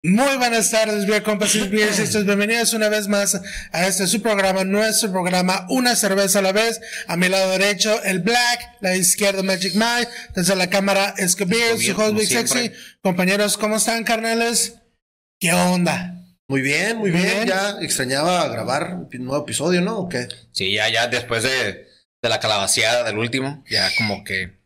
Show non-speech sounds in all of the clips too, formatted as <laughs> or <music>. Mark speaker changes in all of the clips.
Speaker 1: Muy buenas tardes, bien compas y
Speaker 2: <clears throat>
Speaker 1: estos bienvenidos una vez más a este su programa, nuestro programa, una cerveza a la vez. A mi lado derecho, el Black, la izquierda, Magic Mike, desde la cámara, Escobir, su host,
Speaker 2: como
Speaker 1: Big Sexy.
Speaker 2: siempre.
Speaker 1: Compañeros, ¿cómo están, carnales? ¿Qué onda?
Speaker 3: Muy bien, muy
Speaker 1: Muy
Speaker 3: bien.
Speaker 1: bien.
Speaker 3: Ya extrañaba grabar un pi- nuevo episodio, ¿no? ¿O qué?
Speaker 2: Sí, ya, ya después de, de la calabaceada del último, ya como que,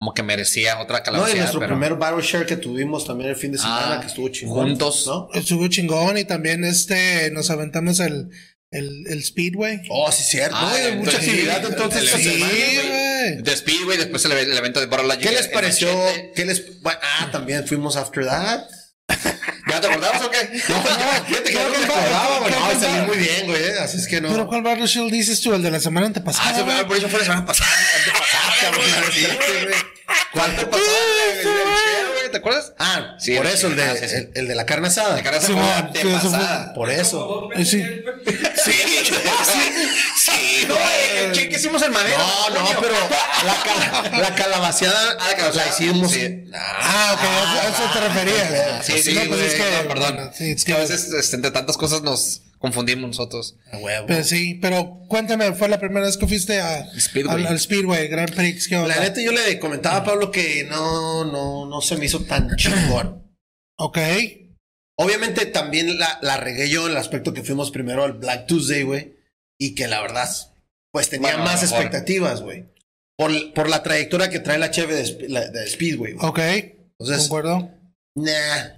Speaker 2: como que merecía otra
Speaker 3: No, y
Speaker 2: calabaceada.
Speaker 3: nuestro
Speaker 2: pero
Speaker 3: primer battle share que tuvimos también el fin de semana,
Speaker 2: Ah,
Speaker 3: que estuvo chingón.
Speaker 2: juntos.
Speaker 3: ¿no?
Speaker 1: Estuvo chingón y también este, nos aventamos el, el, el Speedway.
Speaker 3: Oh, sí, cierto.
Speaker 2: Ah,
Speaker 3: Oye, mucha
Speaker 2: entonces,
Speaker 3: actividad entonces. esta
Speaker 2: el-
Speaker 1: sí,
Speaker 3: semana.
Speaker 1: güey.
Speaker 2: De Speedway, después el, el evento de Borra la
Speaker 3: ¿Qué les pareció? ¿Qué les... bueno, ah, también fuimos after that.
Speaker 2: ¿Ya te acordabas
Speaker 3: <laughs>
Speaker 2: o qué?
Speaker 3: No, Ah, fíjate que
Speaker 1: no
Speaker 3: no me
Speaker 1: compa-
Speaker 3: acordaba, güey.
Speaker 1: no
Speaker 3: No,
Speaker 1: compa-
Speaker 3: salí muy bien, güey. ¿eh? Así es que no.
Speaker 1: ¿Pero cuál Battle Shield dices tú? ¿El de la semana antepasada?
Speaker 2: Ah, sí, pero por eso fue la semana
Speaker 3: <laughs>
Speaker 2: pasada.
Speaker 3: Ah,
Speaker 2: Ah,
Speaker 3: cabrón, sí, güey.
Speaker 2: ¿Cuánto pasó? El- el chero, güey, ¿Te acuerdas?
Speaker 3: Ah,
Speaker 2: Sí,
Speaker 3: por
Speaker 2: el-
Speaker 3: eso el de,
Speaker 2: ah, sí, sí.
Speaker 3: el, el de la carne asada.
Speaker 2: La cara se fue
Speaker 1: Simón,
Speaker 2: la
Speaker 1: sí, eso fue-
Speaker 2: antepasada.
Speaker 3: Por eso.
Speaker 1: Eh, sí.
Speaker 2: Sí, <laughs> sí, sí, güey. ¿Qué, qué hicimos en madera?
Speaker 3: No, no, pero la, cala- la calabaceada
Speaker 2: Ah, la calabaceada,
Speaker 3: la hicimos.
Speaker 2: sí.
Speaker 1: Ah, ok, a eso- a eso te referías.
Speaker 2: Sí, sí,
Speaker 1: No, pues
Speaker 2: güey,
Speaker 1: es que-
Speaker 2: no, perdón.
Speaker 1: Sí,
Speaker 2: es que a veces este, entre tantas cosas nos confundimos
Speaker 1: <laughs>
Speaker 2: nosotros.
Speaker 3: A huevo.
Speaker 1: Pero pues, sí, pero cuéntame, fue la primera vez que fuiste a,
Speaker 2: Speedway.
Speaker 1: al, al Speedway, Grand Prix, ¿qué onda?
Speaker 3: La neta, yo le comentaba a Pablo que no, no, no se me hizo <clears throat> tan chingón.
Speaker 1: Ok.
Speaker 3: Obviamente también la, la regué yo en el aspecto que fuimos primero al Black Tuesday, güey. Y que la verdad, pues tenía
Speaker 2: Bueno,
Speaker 3: más
Speaker 2: a lo mejor.
Speaker 3: expectativas, güey. Por, por la trayectoria que trae la cheve de, Sp- la- de Speedway, güey.
Speaker 1: Ok,
Speaker 3: Entonces,
Speaker 1: concuerdo.
Speaker 3: nah.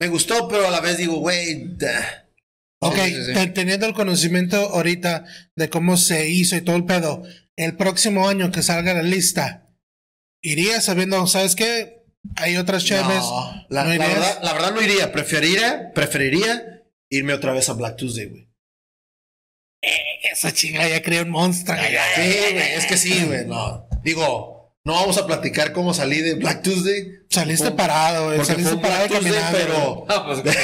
Speaker 3: Me gustó, pero a la vez digo, güey, da.
Speaker 1: Ok,
Speaker 2: Sí, sí, sí.
Speaker 1: te- teniendo el conocimiento ahorita de cómo se hizo y todo el pedo, el próximo año que salga la lista, ¿irías sabiendo, sabes qué? Hay otras chaves.
Speaker 3: no. La,
Speaker 1: ¿No
Speaker 3: la
Speaker 1: irías?
Speaker 3: verdad, la verdad no iría. Preferiría, preferiría irme otra vez a Black Tuesday, güey.
Speaker 1: Esa chinga ya creó un monstruo.
Speaker 3: Sí, güey, es que sí, güey, no. Digo, no vamos a platicar cómo salí de Black Tuesday.
Speaker 1: Saliste
Speaker 3: Fue-
Speaker 1: parado, güey,
Speaker 3: porque
Speaker 1: saliste
Speaker 3: fue un
Speaker 1: parado
Speaker 3: Black Tuesday,
Speaker 1: caminando.
Speaker 3: pero,
Speaker 2: No, pues, güey.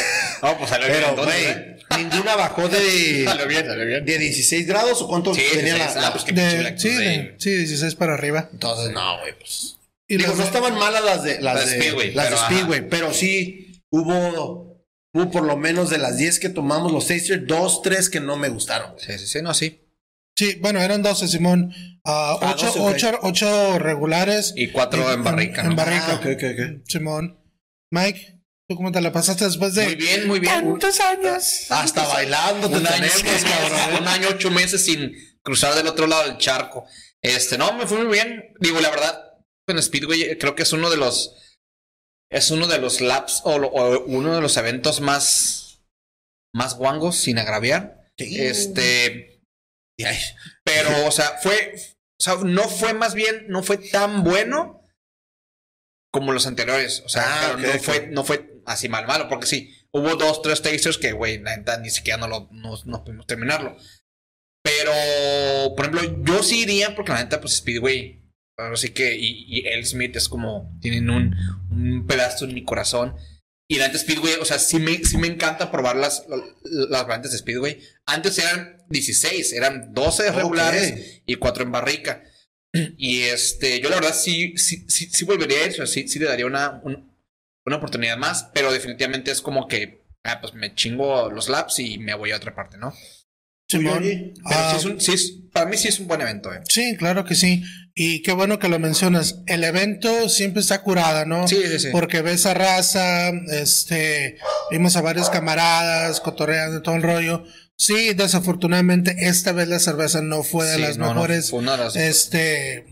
Speaker 2: no, pues salió bien.
Speaker 3: pero,
Speaker 2: entonces,
Speaker 3: güey,
Speaker 2: ¿eh?
Speaker 3: <laughs> ninguna bajó
Speaker 2: Salió
Speaker 3: de,
Speaker 2: bien, salió bien.
Speaker 3: de 16 grados o cuánto
Speaker 2: Sí,
Speaker 3: tenía
Speaker 2: 16,
Speaker 3: la.
Speaker 2: ah, pues, qué
Speaker 1: De-
Speaker 2: pinche Black
Speaker 1: sí,
Speaker 2: Tuesday,
Speaker 1: de-
Speaker 2: güey.
Speaker 1: sí, 16 para arriba.
Speaker 3: Entonces, no, güey, pues.
Speaker 1: Y
Speaker 3: digo,
Speaker 1: las-
Speaker 3: no estaban malas las de las,
Speaker 2: Las de
Speaker 3: de,
Speaker 2: Speedway,
Speaker 3: las de
Speaker 2: pero, ajá.
Speaker 3: Speedway, pero sí hubo, hubo por lo menos de las 10 que tomamos los Tasters, dos, tres que no me gustaron. güey.
Speaker 2: Sí, sí, sí, no, sí.
Speaker 1: Sí, bueno, eran 12, Simón. Ah,
Speaker 3: Ah,
Speaker 1: ocho,
Speaker 3: 12, ok.
Speaker 1: ocho, ocho regulares.
Speaker 2: Y cuatro en barrica,
Speaker 1: En
Speaker 2: ¿no?
Speaker 1: barrica.
Speaker 3: Ah, ok, ok, ok.
Speaker 1: Simón. Mike, ¿tú cómo te la pasaste después de
Speaker 2: Muy bien, muy bien.
Speaker 1: años?
Speaker 3: Hasta bailando te
Speaker 2: Un año,
Speaker 3: tenemos, cabrón.
Speaker 2: un año, ocho meses sin cruzar del otro lado del charco. Este, no, me fue muy bien. Digo, la verdad, en Speedway eh, creo que es uno de los. Es uno de los laps o, lo- o uno de los eventos más. Más guangos, sin agraviar.
Speaker 3: Sí.
Speaker 2: Este.
Speaker 3: Y ay,
Speaker 2: Pero, o sea, fue. O sea, no fue más bien, no fue tan bueno como los anteriores. O sea,
Speaker 3: Ah,
Speaker 2: pero
Speaker 3: ok,
Speaker 2: no,
Speaker 3: ok.
Speaker 2: Fue, no fue así mal malo, porque sí, hubo dos, tres tasters que, güey, la neta ni siquiera no, lo, no, no pudimos terminarlo. Pero, por ejemplo, yo sí iría porque la neta, pues Speedway. Así que, y, y El Smith es como, tienen un, un pedazo en mi corazón. Y la neta Speedway, o sea, sí me, sí me encanta probar las, las variantes de Speedway. Antes eran 16, eran 12
Speaker 3: Ok.
Speaker 2: regulares
Speaker 3: ¿eh?
Speaker 2: y cuatro en barrica. Y este, yo la verdad sí, sí, sí, sí volvería a eso, sí, sí le daría una, un- una oportunidad más, pero definitivamente es como que, ah, pues me chingo los laps y me voy a otra parte, ¿no?
Speaker 1: Simón.
Speaker 3: Oye,
Speaker 2: Pero
Speaker 1: Ah,
Speaker 2: sí es un- sí es- para mí sí es un buen evento, eh.
Speaker 1: sí, claro que sí. Y qué bueno que lo mencionas. El evento siempre está curada, ¿no?
Speaker 2: Sí, sí, sí.
Speaker 1: Porque ves a raza, este, vimos a varios camaradas, cotorreando todo el rollo. Sí, desafortunadamente esta vez la cerveza no fue de
Speaker 2: Sí,
Speaker 1: las
Speaker 2: no, no,
Speaker 1: mejores.
Speaker 2: fue una de las-
Speaker 1: este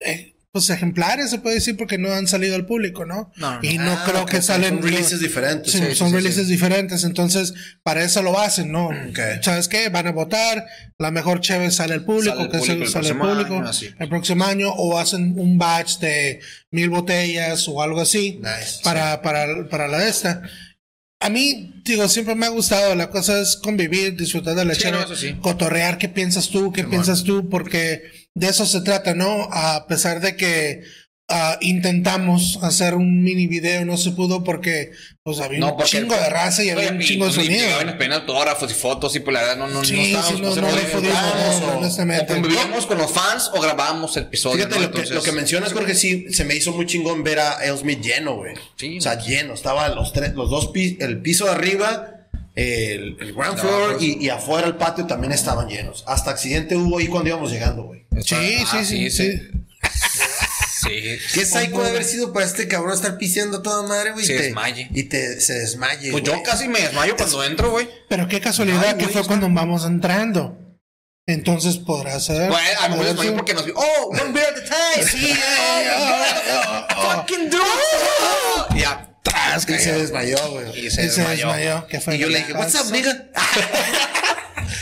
Speaker 1: eh, pues ejemplares se puede decir porque no han salido al público, ¿no?
Speaker 2: No, no, no.
Speaker 1: y no
Speaker 3: ah,
Speaker 1: creo
Speaker 3: ok,
Speaker 1: que
Speaker 3: ok,
Speaker 1: salen
Speaker 3: son releases diferentes.
Speaker 1: sí,
Speaker 3: sí,
Speaker 1: son
Speaker 3: sí, sí.
Speaker 1: releases diferentes, entonces para eso lo hacen, ¿no? ¿Sabes qué? Van a votar, la mejor chévere sale al público,
Speaker 2: Sale al
Speaker 1: que
Speaker 2: público el
Speaker 1: sale al
Speaker 2: próximo
Speaker 1: público
Speaker 2: año, así.
Speaker 1: el próximo año, o hacen un batch de mil botellas o algo así
Speaker 3: Nice.
Speaker 1: para, para, para la de esta. A mí, digo, siempre me ha gustado. La cosa es convivir, disfrutar de la
Speaker 2: Sí,
Speaker 1: chela,
Speaker 2: no, eso sí.
Speaker 1: cotorrear qué piensas tú, qué piensas tú, porque de eso se trata, ¿no? A pesar de que ah, intentamos hacer un mini video, no se pudo porque pues había
Speaker 2: No,
Speaker 1: un
Speaker 2: porque-
Speaker 1: chingo de raza y había
Speaker 2: Oye,
Speaker 1: un chingo de
Speaker 2: y- y
Speaker 1: sonido.
Speaker 2: llegaban apenas autógrafos y fotos y pues la verdad no, no,
Speaker 1: Sí, sí,
Speaker 2: no
Speaker 1: no,
Speaker 2: estábamos
Speaker 1: no
Speaker 2: pues,
Speaker 1: lo
Speaker 2: era-
Speaker 1: pudimos
Speaker 2: grabábamos
Speaker 1: hacer,
Speaker 2: o-
Speaker 1: honestamente.
Speaker 2: o convivíamos con los fans o grabábamos el episodio.
Speaker 3: Fíjate
Speaker 2: ¿no?
Speaker 3: lo, que,
Speaker 2: Entonces,
Speaker 3: lo que mencionas, Jorge, sí, se me hizo muy chingón ver a Elsmith lleno, güey.
Speaker 2: Sí.
Speaker 3: O sea, lleno. Estaba los tres, los dos pi- el piso de arriba, el, el ground floor
Speaker 2: pues.
Speaker 3: y, y afuera el patio también estaban llenos. Hasta accidente hubo ahí cuando íbamos llegando, güey.
Speaker 1: Sí,
Speaker 2: Ah,
Speaker 1: sí, sí,
Speaker 2: sí,
Speaker 1: sí.
Speaker 2: Sí.
Speaker 3: Qué psycho de haber sido para este cabrón estar piseando toda madre, güey. y
Speaker 2: Se
Speaker 3: te-
Speaker 2: desmaye.
Speaker 3: Y te, se desmaye.
Speaker 2: Pues yo
Speaker 3: güey.
Speaker 2: casi me desmayo cuando entro, güey.
Speaker 1: Pero qué casualidad
Speaker 2: Ay,
Speaker 1: que
Speaker 2: güey,
Speaker 1: fue
Speaker 2: está-
Speaker 1: cuando vamos entrando. Entonces podrá ser.
Speaker 2: Bueno, Pues, a lo mejor me
Speaker 1: podrá
Speaker 2: desmayo
Speaker 1: ser-
Speaker 2: porque nos vio. Oh, one beer at a
Speaker 3: <laughs>
Speaker 2: time. Sí,
Speaker 3: Oh,
Speaker 1: Ah, ah, ah,
Speaker 2: fucking dude. Ya.
Speaker 1: Tras,
Speaker 3: Y
Speaker 1: que
Speaker 3: se
Speaker 1: se-
Speaker 3: desmayó, güey.
Speaker 2: Y
Speaker 1: se desmayó, que fue
Speaker 2: y yo le dije,
Speaker 1: la
Speaker 2: what's up,
Speaker 1: casa.
Speaker 2: nigga?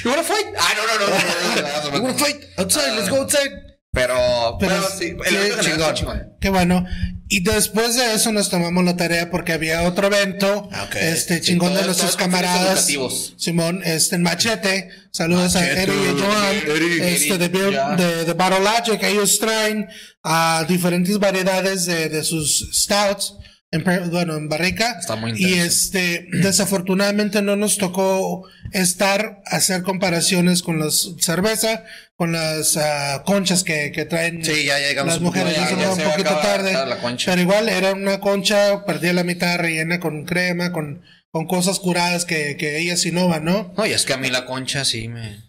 Speaker 2: You wanna fight? Ah, no, no, no, no, no, no, no.
Speaker 3: You wanna fight? Outside, let's go outside.
Speaker 2: Pero,
Speaker 1: Pero
Speaker 2: pero
Speaker 1: es-
Speaker 2: sí,
Speaker 1: sí,
Speaker 2: el evento general
Speaker 3: chingón.
Speaker 2: está chingón.
Speaker 1: Qué bueno. Y después de eso nos tomamos la tarea porque había otro evento.
Speaker 3: Ah, ok.
Speaker 1: Este
Speaker 2: Sí,
Speaker 1: chingón
Speaker 2: todo-
Speaker 1: de nuestros
Speaker 2: todos conflictos
Speaker 1: camaradas.
Speaker 2: educativos.
Speaker 1: Simón, este en Machete. Saludos a
Speaker 3: Machete,
Speaker 1: Eri y Joan.
Speaker 3: Eri,
Speaker 1: este de,
Speaker 2: Eri,
Speaker 1: Beer-
Speaker 2: ya.
Speaker 1: de, de Battle Logic. Ellos traen a diferentes variedades de, de sus stouts. En, pre- bueno, en barrica.
Speaker 2: Está muy
Speaker 1: y
Speaker 2: intenso.
Speaker 1: este, desafortunadamente no nos tocó estar a hacer comparaciones con las cerveza, con las ah, conchas que, que traen
Speaker 3: Sí, ya llegamos
Speaker 1: las
Speaker 3: un poquito
Speaker 1: mujeres
Speaker 2: ya,
Speaker 1: ya,
Speaker 2: ya
Speaker 1: un
Speaker 2: se acaba
Speaker 1: poquito
Speaker 2: de
Speaker 1: tarde.
Speaker 2: acabar la concha.
Speaker 1: Pero igual era una concha, perdía la mitad rellena con crema, con, con cosas curadas que, que ellas innovan, ¿no?
Speaker 2: No, y es que a mí la concha sí me,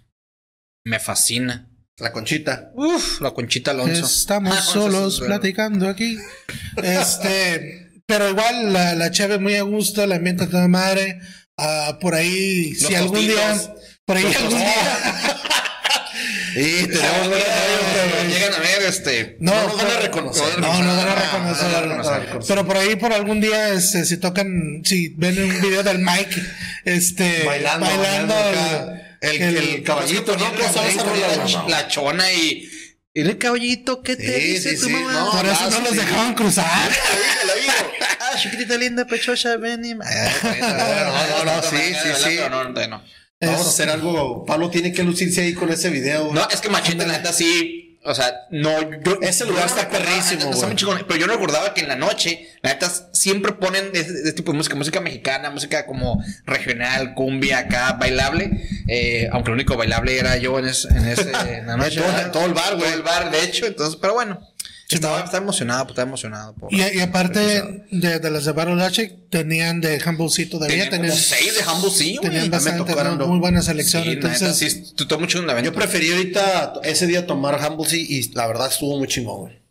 Speaker 2: me fascina.
Speaker 3: La conchita.
Speaker 2: Uf, la conchita Alonso.
Speaker 1: Estamos
Speaker 2: Ah, Alonso,
Speaker 1: solos
Speaker 2: sí, pero-
Speaker 1: platicando
Speaker 2: <laughs>
Speaker 1: aquí. este, pero igual la, la cheve muy a gusto, la ambiente a toda madre. Ah, por ahí, si algún día,
Speaker 2: tostitos.
Speaker 1: por ahí
Speaker 2: Los
Speaker 1: algún día,
Speaker 3: Y tenemos buenas
Speaker 2: Cuando
Speaker 3: noches, güey.
Speaker 2: Llegan a ver este.
Speaker 1: No,
Speaker 3: No nos van a reconocer.
Speaker 1: No, no van a
Speaker 2: Ah,
Speaker 1: reconocer.
Speaker 2: no van a
Speaker 1: no,
Speaker 2: reconocer.
Speaker 1: no, Pero por ahí, por algún día, este, si tocan, si ven un video del Mike, este,
Speaker 3: Bailando,
Speaker 1: bailando,
Speaker 3: bailando acá.
Speaker 1: el,
Speaker 3: El- el
Speaker 2: caballito, ¿no?
Speaker 3: Pues
Speaker 2: Pues
Speaker 3: vamos a
Speaker 2: la,
Speaker 3: rolar,
Speaker 2: ch-
Speaker 3: mamá.
Speaker 2: la chona y. Y el caballito, ¿qué te
Speaker 3: Sí,
Speaker 2: dice
Speaker 3: sí,
Speaker 2: tu
Speaker 3: sí,
Speaker 2: mamá?
Speaker 3: no.
Speaker 1: por eso
Speaker 3: vas,
Speaker 1: no los
Speaker 3: sí.
Speaker 1: dejaban cruzar.
Speaker 2: Lo digo. Ah, chiquitita linda, pechocha, ven y. No,
Speaker 3: no, no, sí, sí, sí.
Speaker 2: No, no, no.
Speaker 3: Vamos a hacer algo. Pablo tiene que lucirse ahí con ese video. güey.
Speaker 2: No, es que Machete, la neta, sí. O sea, no, yo.
Speaker 3: Ese lugar
Speaker 2: yo
Speaker 3: está
Speaker 2: recordaba-
Speaker 3: perrísimo,
Speaker 2: está
Speaker 3: güey.
Speaker 2: muy chingón, Pero yo no recordaba que en la noche, la neta, siempre ponen de este, tipo de música, música mexicana, música como regional, cumbia, acá, bailable. Eh, aunque lo único bailable era yo en, ese- en,
Speaker 3: <laughs>
Speaker 2: ese, en la noche.
Speaker 3: Todo-
Speaker 2: ¿verdad?
Speaker 3: todo el bar, güey.
Speaker 2: Todo el bar, de hecho. Entonces, pero bueno.
Speaker 1: Sí,
Speaker 2: Estaba,
Speaker 1: no.
Speaker 2: estaba emocionado, pues, estaba emocionado. por-
Speaker 1: Y, y aparte de, de las de Battle Logic, tenían de Humblecito de
Speaker 2: Tenían
Speaker 1: vida, tenían,
Speaker 2: como seis de Humble Sea, güey.
Speaker 1: tenían
Speaker 2: Ya me
Speaker 1: bastante,
Speaker 2: tocaron,
Speaker 1: ¿no?
Speaker 2: ¿no?
Speaker 1: muy buena
Speaker 2: Sí,
Speaker 1: selección.
Speaker 2: la neta,
Speaker 1: entonces,
Speaker 2: sí, tú- tú mucho en la
Speaker 3: Yo
Speaker 2: venta.
Speaker 3: preferí ahorita ese día tomar Humble Sea y la verdad estuvo muy chingón, güey.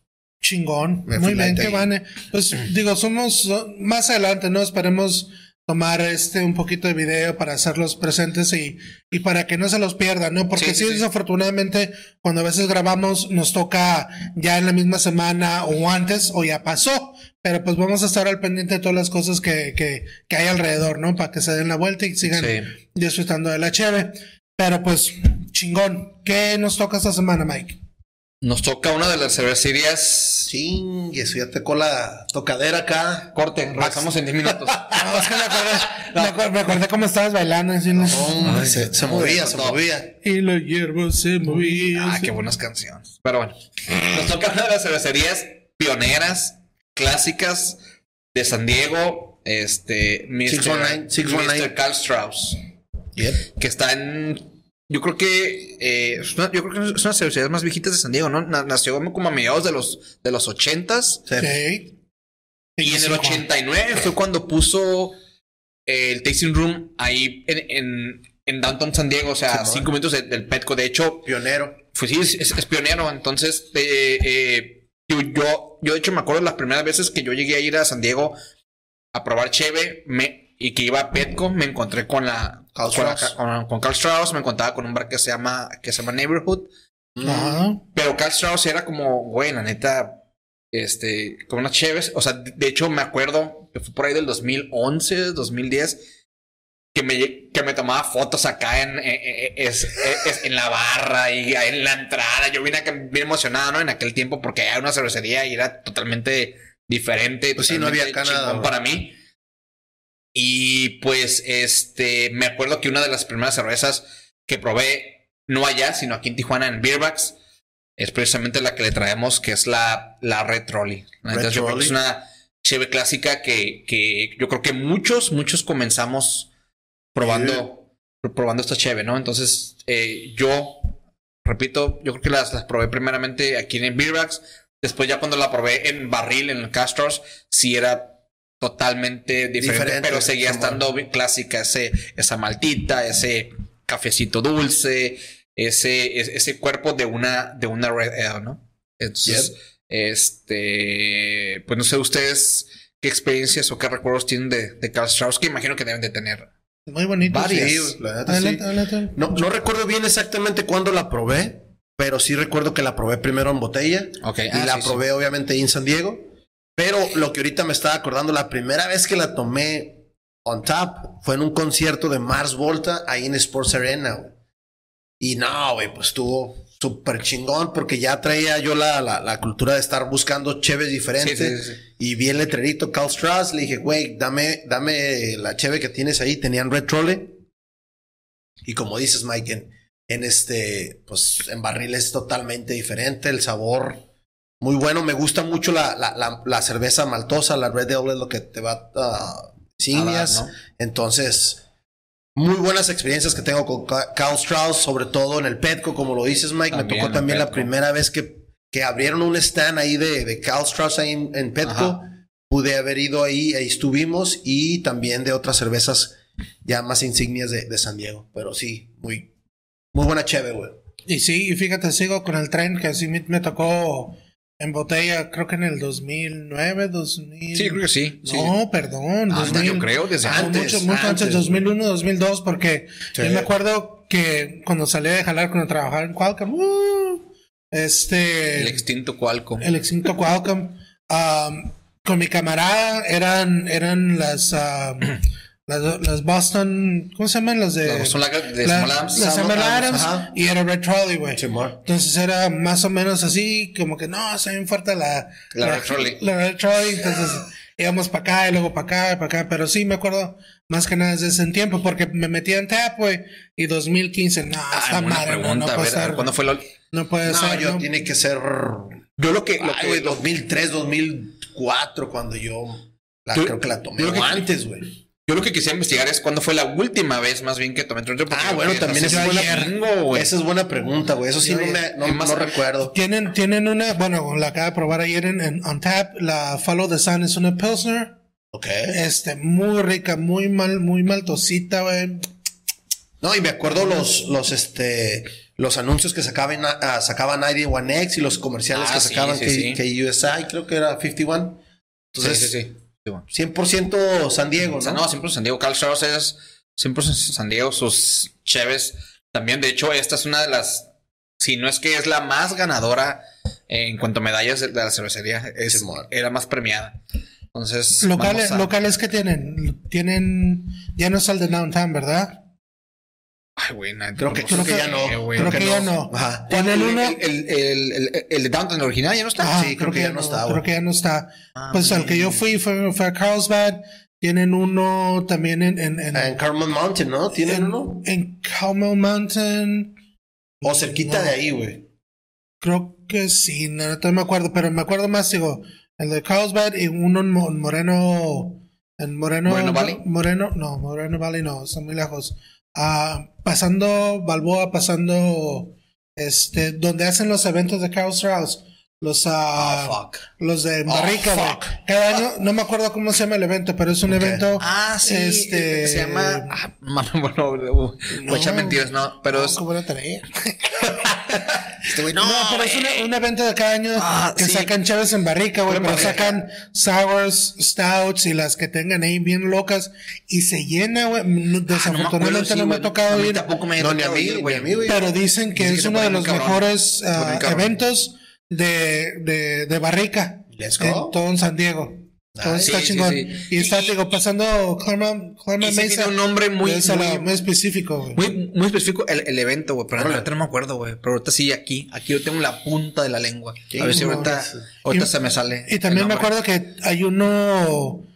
Speaker 1: chingón.
Speaker 3: Me
Speaker 1: Muy
Speaker 3: fui
Speaker 1: bien,
Speaker 3: late
Speaker 1: que
Speaker 3: ahí.
Speaker 1: van. eh. Pues digo, somos so- más adelante, ¿no? Esperemos tomar este un poquito de video para hacerlos presentes y, y para que no se los pierdan, ¿no? Porque
Speaker 2: Sí,
Speaker 1: sí,
Speaker 2: sí, sí.
Speaker 1: desafortunadamente, cuando a veces grabamos, nos toca ya en la misma semana o antes o ya pasó. Pero pues vamos a estar al pendiente de todas las cosas que, que, que hay alrededor, ¿no? Para que se den la vuelta y sigan
Speaker 2: Sí.
Speaker 1: disfrutando de la cheve. Pero pues, chingón. ¿Qué nos toca esta semana, Mike?
Speaker 2: Nos toca una de las cervecerías.
Speaker 3: Ching, eso ya te la tocadera acá.
Speaker 2: Corte, regresamos en 10
Speaker 3: <laughs>
Speaker 2: minutos.
Speaker 1: No, es que me acordé, me acuer- me acordé cómo estabas bailando. así, ¿no?
Speaker 3: Hombre,
Speaker 2: Ay,
Speaker 3: se, se
Speaker 2: no,
Speaker 3: movía,
Speaker 2: no.
Speaker 3: se movía.
Speaker 1: Y la hierba se movía.
Speaker 2: ah, qué buenas canciones. Pero bueno, nos toca una de las cervecerías pioneras, clásicas de San Diego, este, Mr.
Speaker 3: 619, 619.
Speaker 2: Mr. Carl Strauss,
Speaker 3: Bien.
Speaker 2: que está en. Yo creo que eh, es una, yo creo que es una de las cervecerías más viejitas de San Diego, ¿no? Na- Nació como a mediados de los de los ochentas.
Speaker 3: Se-
Speaker 1: Ok.
Speaker 2: Y en el 89 fue cuando puso eh, el Tasting Room ahí en, en, en Downtown San Diego, o sea,
Speaker 3: Simón.
Speaker 2: cinco minutos de- del Petco. De hecho,
Speaker 3: Pionero.
Speaker 2: pues sí, es, es- es pionero. Entonces, eh, eh, yo, yo, yo de hecho me acuerdo las primeras veces que yo llegué a ir a San Diego a probar Cheve me, y que iba a Petco, me encontré con la.
Speaker 3: Carl
Speaker 2: con, la-
Speaker 3: Strauss.
Speaker 2: con- con Carl Strauss, me encontraba con un bar que se llama, que se llama Neighborhood.
Speaker 1: Ajá.
Speaker 2: Pero Carl Strauss era como, güey, la neta, este, como unas chéves. O sea, de de hecho, me acuerdo que fue por ahí del 2011, 2010, que me, lle- que me tomaba fotos acá en, eh, eh, eh, es- eh, es- en la barra y ahí en la entrada. Yo vine acá bien emocionado, ¿no? En aquel tiempo, porque era una cervecería y era totalmente diferente.
Speaker 3: Pues sí, no
Speaker 2: totalmente
Speaker 3: había acá nada,
Speaker 2: chingón
Speaker 3: ¿no?
Speaker 2: para mí. Y pues, este, me acuerdo que una de las primeras cervezas que probé, no allá, sino aquí en Tijuana, en Beerbacks, es precisamente la que le traemos, que es la, la Red Trolley. La
Speaker 3: Red
Speaker 2: neta, yo creo que
Speaker 3: Trolley.
Speaker 2: es una cheve clásica que, que yo creo que muchos, muchos comenzamos probando, probando esta cheve, ¿no? Entonces, eh, yo, repito, yo creo que las, las probé primeramente aquí en Beerbags. Después ya cuando la probé en barril, en Castors, sí era totalmente diferente,
Speaker 3: Diferente,
Speaker 2: pero seguía
Speaker 3: Simón.
Speaker 2: estando bi- clásica ese, esa maltita, ese cafecito dulce, ese, es- ese cuerpo de una, de una red ale, ¿no? Entonces, este, pues no sé ustedes qué experiencias o qué recuerdos tienen de, de Karl Strauss, que imagino que deben de tener.
Speaker 1: Muy bonito.
Speaker 2: Varias.
Speaker 1: pues sí.
Speaker 3: Sí, la neta sí.
Speaker 1: Adelante, adelante.
Speaker 3: No, no recuerdo bien exactamente cuándo la probé, pero sí recuerdo que la probé primero en botella
Speaker 2: Ok, ah,
Speaker 3: y la probé obviamente ahí en San Diego. Pero lo que ahorita me estaba acordando, la primera vez que la tomé on tap fue en un concierto de Mars Volta ahí en Sports Arena. güey. Y no, güey, pues estuvo súper chingón porque ya traía yo la, la, la cultura de estar buscando cheves diferentes. Y vi el letrerito Carl Strauss, le dije, güey, dame, dame la cheve que tienes ahí. Tenían Red Trolley. Y como dices, Mike, en, en este, pues en barril es totalmente diferente. El sabor muy bueno. Me gusta mucho la, la, la, la cerveza maltosa. La Red Ale es lo que te va a insignias.
Speaker 2: ¿no?
Speaker 3: Entonces, muy buenas experiencias que tengo con Ca- Carl Strauss, sobre todo en el Petco, como lo dices, Mike.
Speaker 2: También
Speaker 3: me tocó
Speaker 2: en
Speaker 3: también la
Speaker 2: Petco.
Speaker 3: primera vez que, que abrieron un stand ahí de, de Carl Strauss ahí en, en Petco.
Speaker 2: Ajá.
Speaker 3: Pude haber ido ahí, ahí estuvimos, y también de otras cervezas ya más insignias de, de San Diego. Pero sí, muy, muy buena cheve, güey.
Speaker 1: Y sí, y fíjate, sigo con el tren que así me, me tocó en botella, creo que en el 2009, 2000.
Speaker 2: Sí, creo que sí. sí.
Speaker 1: No, perdón.
Speaker 2: Antes,
Speaker 1: 2000.
Speaker 2: yo creo, desde
Speaker 1: Ah,
Speaker 3: pues antes,
Speaker 1: Mucho, mucho antes,
Speaker 3: antes,
Speaker 1: 2001, 2002, porque
Speaker 3: Sí.
Speaker 1: yo me acuerdo que cuando salí de jalar, cuando trabajaba en Qualcomm, ¡uh! este.
Speaker 2: El extinto Qualcomm.
Speaker 1: el extinto Qualcomm. um, con mi camarada eran, eran las, um, las, las Boston, ¿cómo se llaman? Las de,
Speaker 2: Las Boston Lager de
Speaker 1: la-
Speaker 2: Samuel Adams.
Speaker 1: las Samuel
Speaker 3: Samuel
Speaker 1: Adams,
Speaker 3: Adams, ajá.
Speaker 1: y era Red Trolley, güey.
Speaker 3: Simón.
Speaker 1: Entonces era más o menos así, como que no, se me falta la,
Speaker 2: La Red Trolley.
Speaker 1: la Red Trolley. Entonces íbamos para acá y luego para acá y para acá. Pero sí, me acuerdo más que nada desde ese tiempo, porque me metí en tap, güey. Y 2015, no,
Speaker 2: Ah,
Speaker 1: esta
Speaker 2: buena
Speaker 1: madre, no,
Speaker 2: pregunta.
Speaker 1: no
Speaker 2: a
Speaker 1: puede
Speaker 2: ver, a ver,
Speaker 1: ser.
Speaker 2: ¿cuándo fue la
Speaker 1: No puede
Speaker 3: No,
Speaker 1: ser.
Speaker 3: yo
Speaker 1: no.
Speaker 3: tiene que ser.
Speaker 2: Yo lo que, lo
Speaker 3: ay,
Speaker 2: que-
Speaker 3: güey, 2003, 2004, cuando yo la,
Speaker 2: Yo-
Speaker 3: creo que la tomé.
Speaker 2: yo creo
Speaker 3: o
Speaker 2: que-
Speaker 3: antes, güey.
Speaker 2: yo lo que quisiera investigar es cuándo fue la última vez más bien que tomé Tron Tron, porque
Speaker 3: Ah,
Speaker 2: yo
Speaker 3: bueno,
Speaker 2: creo que
Speaker 3: también
Speaker 2: hace
Speaker 3: esa
Speaker 2: un
Speaker 3: fue
Speaker 2: buen
Speaker 3: la-
Speaker 2: domingo, güey.
Speaker 3: Esa es buena pregunta, güey. Eso sí,
Speaker 1: Yo-
Speaker 3: no, me, no,
Speaker 2: es más-
Speaker 3: no recuerdo.
Speaker 1: Tienen, tienen una, bueno, la acabo de probar ayer en, en on tap, la Follow the Sun es una Pilsner.
Speaker 3: Ok.
Speaker 1: Este, muy rica, muy mal, muy maltosita, güey.
Speaker 3: No, y me acuerdo los, los, este, los anuncios que sacaban, ah, sacaban ID1X y los comerciales
Speaker 2: Ah,
Speaker 3: que
Speaker 2: sí,
Speaker 3: sacaban
Speaker 2: sí,
Speaker 3: que,
Speaker 2: sí.
Speaker 3: que USI, creo que era 51. Entonces,
Speaker 2: sí, sí, sí. Sí, bueno.
Speaker 3: 100% San Diego,
Speaker 2: O sea,
Speaker 3: ¿no?
Speaker 2: no, siempre San Diego. Carl Strauss es siempre San Diego. Sus cheves también. De hecho, esta es una de las, si no es que es la más ganadora en cuanto a medallas de de la cervecería. Es,
Speaker 3: Simón.
Speaker 2: era más premiada. Entonces,
Speaker 1: Locales,
Speaker 2: vamos a-
Speaker 1: locales que tienen, tienen, ya no es el de Downtown, ¿verdad?
Speaker 2: Ay, güey, na-
Speaker 3: Creo que,
Speaker 1: Creo
Speaker 3: creo que
Speaker 1: que-
Speaker 3: ya no.
Speaker 2: eh, güey,
Speaker 1: creo que ya no.
Speaker 3: Ajá.
Speaker 1: Tiene
Speaker 2: el,
Speaker 1: el uno.
Speaker 2: el- el- el- el de Downton original ya no está.
Speaker 1: Ah,
Speaker 3: sí, creo que ya no está,
Speaker 1: Creo
Speaker 3: güey.
Speaker 1: que ya no está.
Speaker 2: Ah,
Speaker 1: Pues al que yo fui fue, fue a Carlsbad. Tienen uno también en, en, en,
Speaker 3: En Carmel Mountain, ¿no? ¿Tienen
Speaker 1: en-
Speaker 3: uno?
Speaker 1: en Carmel Mountain.
Speaker 3: O cerquita
Speaker 1: No.
Speaker 3: de ahí, güey.
Speaker 1: Creo que sí, no, no me acuerdo, pero me acuerdo más, digo, el de Carlsbad y uno en Mo- en Moreno. En Moreno.
Speaker 2: ¿Moreno Valley?
Speaker 1: Moreno, no, Moreno Valley no, está muy lejos. Ah, pasando Balboa, pasando. Este, donde hacen los eventos de Carl Strauss. Los, ah,
Speaker 3: Fuck.
Speaker 1: los de
Speaker 2: Oh,
Speaker 1: Barrica, güey.
Speaker 3: fuck.
Speaker 1: Cada año, no me acuerdo cómo se llama el evento, pero es un evento.
Speaker 2: Ah, sí.
Speaker 1: Este-
Speaker 2: Se llama. Ah, mami, <laughs> bueno, uh, voy a echar mentiras, no. Pero
Speaker 1: No,
Speaker 2: es.
Speaker 1: qué buena tarea.
Speaker 2: Este güey,
Speaker 1: No, pero es una- un evento de cada año
Speaker 2: Ah,
Speaker 1: que
Speaker 2: sí.
Speaker 1: sacan chaves en barrica, güey.
Speaker 2: Pero
Speaker 1: Pero
Speaker 2: en
Speaker 1: sacan sours, stouts y las que tengan ahí bien locas. Y se llena, güey. No-
Speaker 2: Ah, no me acuerdo,
Speaker 1: Desafortunadamente
Speaker 2: sí,
Speaker 1: no me
Speaker 2: güey,
Speaker 1: ha tocado
Speaker 2: a mí
Speaker 1: ir.
Speaker 2: Tampoco me ha
Speaker 3: No, ni a
Speaker 2: tocado
Speaker 3: mí,
Speaker 2: ir,
Speaker 3: ni
Speaker 2: güey.
Speaker 3: a mí, güey.
Speaker 1: Pero dicen que
Speaker 2: Dicen que
Speaker 1: es
Speaker 2: te
Speaker 1: uno de
Speaker 2: ponen
Speaker 1: los
Speaker 2: cabrón.
Speaker 1: mejores
Speaker 2: ponen
Speaker 1: ah,
Speaker 2: cabrón.
Speaker 1: eventos de, de, de barrica.
Speaker 3: Let's
Speaker 1: En
Speaker 3: go.
Speaker 1: todo en San Diego. Todo
Speaker 3: Ah,
Speaker 1: está
Speaker 2: sí, sí,
Speaker 1: chingón.
Speaker 2: sí.
Speaker 1: Y está,
Speaker 2: Y-
Speaker 1: digo, pasando Claremont Claremont
Speaker 2: Ese
Speaker 1: Mesa.
Speaker 2: tiene un nombre muy,
Speaker 1: de esa
Speaker 2: muy-
Speaker 1: la- muy específico, güey.
Speaker 2: muy, muy específico el, el evento, güey. Pero
Speaker 3: Órale.
Speaker 2: ahorita no me acuerdo, güey. Pero ahorita sí, aquí. Aquí yo tengo la punta de la lengua.
Speaker 3: Qué
Speaker 2: A ver si
Speaker 1: mamón.
Speaker 2: ahorita, ahorita
Speaker 1: Y-
Speaker 2: se me sale.
Speaker 1: Y
Speaker 2: el
Speaker 1: también me
Speaker 2: nombre.
Speaker 1: acuerdo que hay uno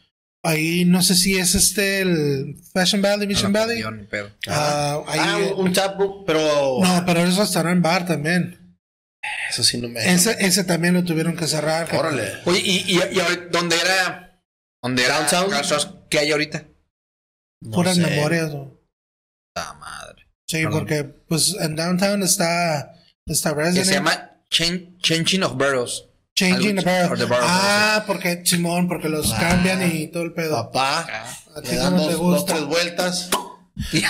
Speaker 1: ahí, no sé si es este el Fashion Valley,
Speaker 2: No,
Speaker 1: Mission
Speaker 2: no,
Speaker 1: Valley.
Speaker 2: yo ni pedo.
Speaker 1: Ah, ahí-
Speaker 3: Ah, un, un tap, pero.
Speaker 1: no, pero es restaurante bar también.
Speaker 3: Eso sí no me.
Speaker 1: Ese, ese también lo tuvieron que cerrar. cabrón.
Speaker 3: Órale.
Speaker 2: Oye, ¿y, y, y ahorita, dónde era? ¿Dónde era?
Speaker 3: Downtown.
Speaker 2: Downtown. ¿Qué hay ahorita?
Speaker 3: No
Speaker 1: Puras
Speaker 3: sé.
Speaker 1: memorias. güey.
Speaker 2: La madre.
Speaker 1: Sí,
Speaker 2: Perdón.
Speaker 1: porque pues en Downtown está, está
Speaker 2: Que
Speaker 1: Resident.
Speaker 2: se llama Chan- Changing of Burrows.
Speaker 1: Changing the
Speaker 2: Algo- or the
Speaker 1: Barrel.
Speaker 2: Barrel,
Speaker 1: Ah, porque Simón, porque los
Speaker 3: Ah.
Speaker 1: cambian y todo el
Speaker 2: Ah,
Speaker 1: pedo.
Speaker 3: Papá,
Speaker 1: ¿A ti
Speaker 3: le dan
Speaker 1: cómo
Speaker 3: dos,
Speaker 1: te gusta?
Speaker 3: dos,
Speaker 2: <laughs>
Speaker 3: tres vueltas.
Speaker 1: Creo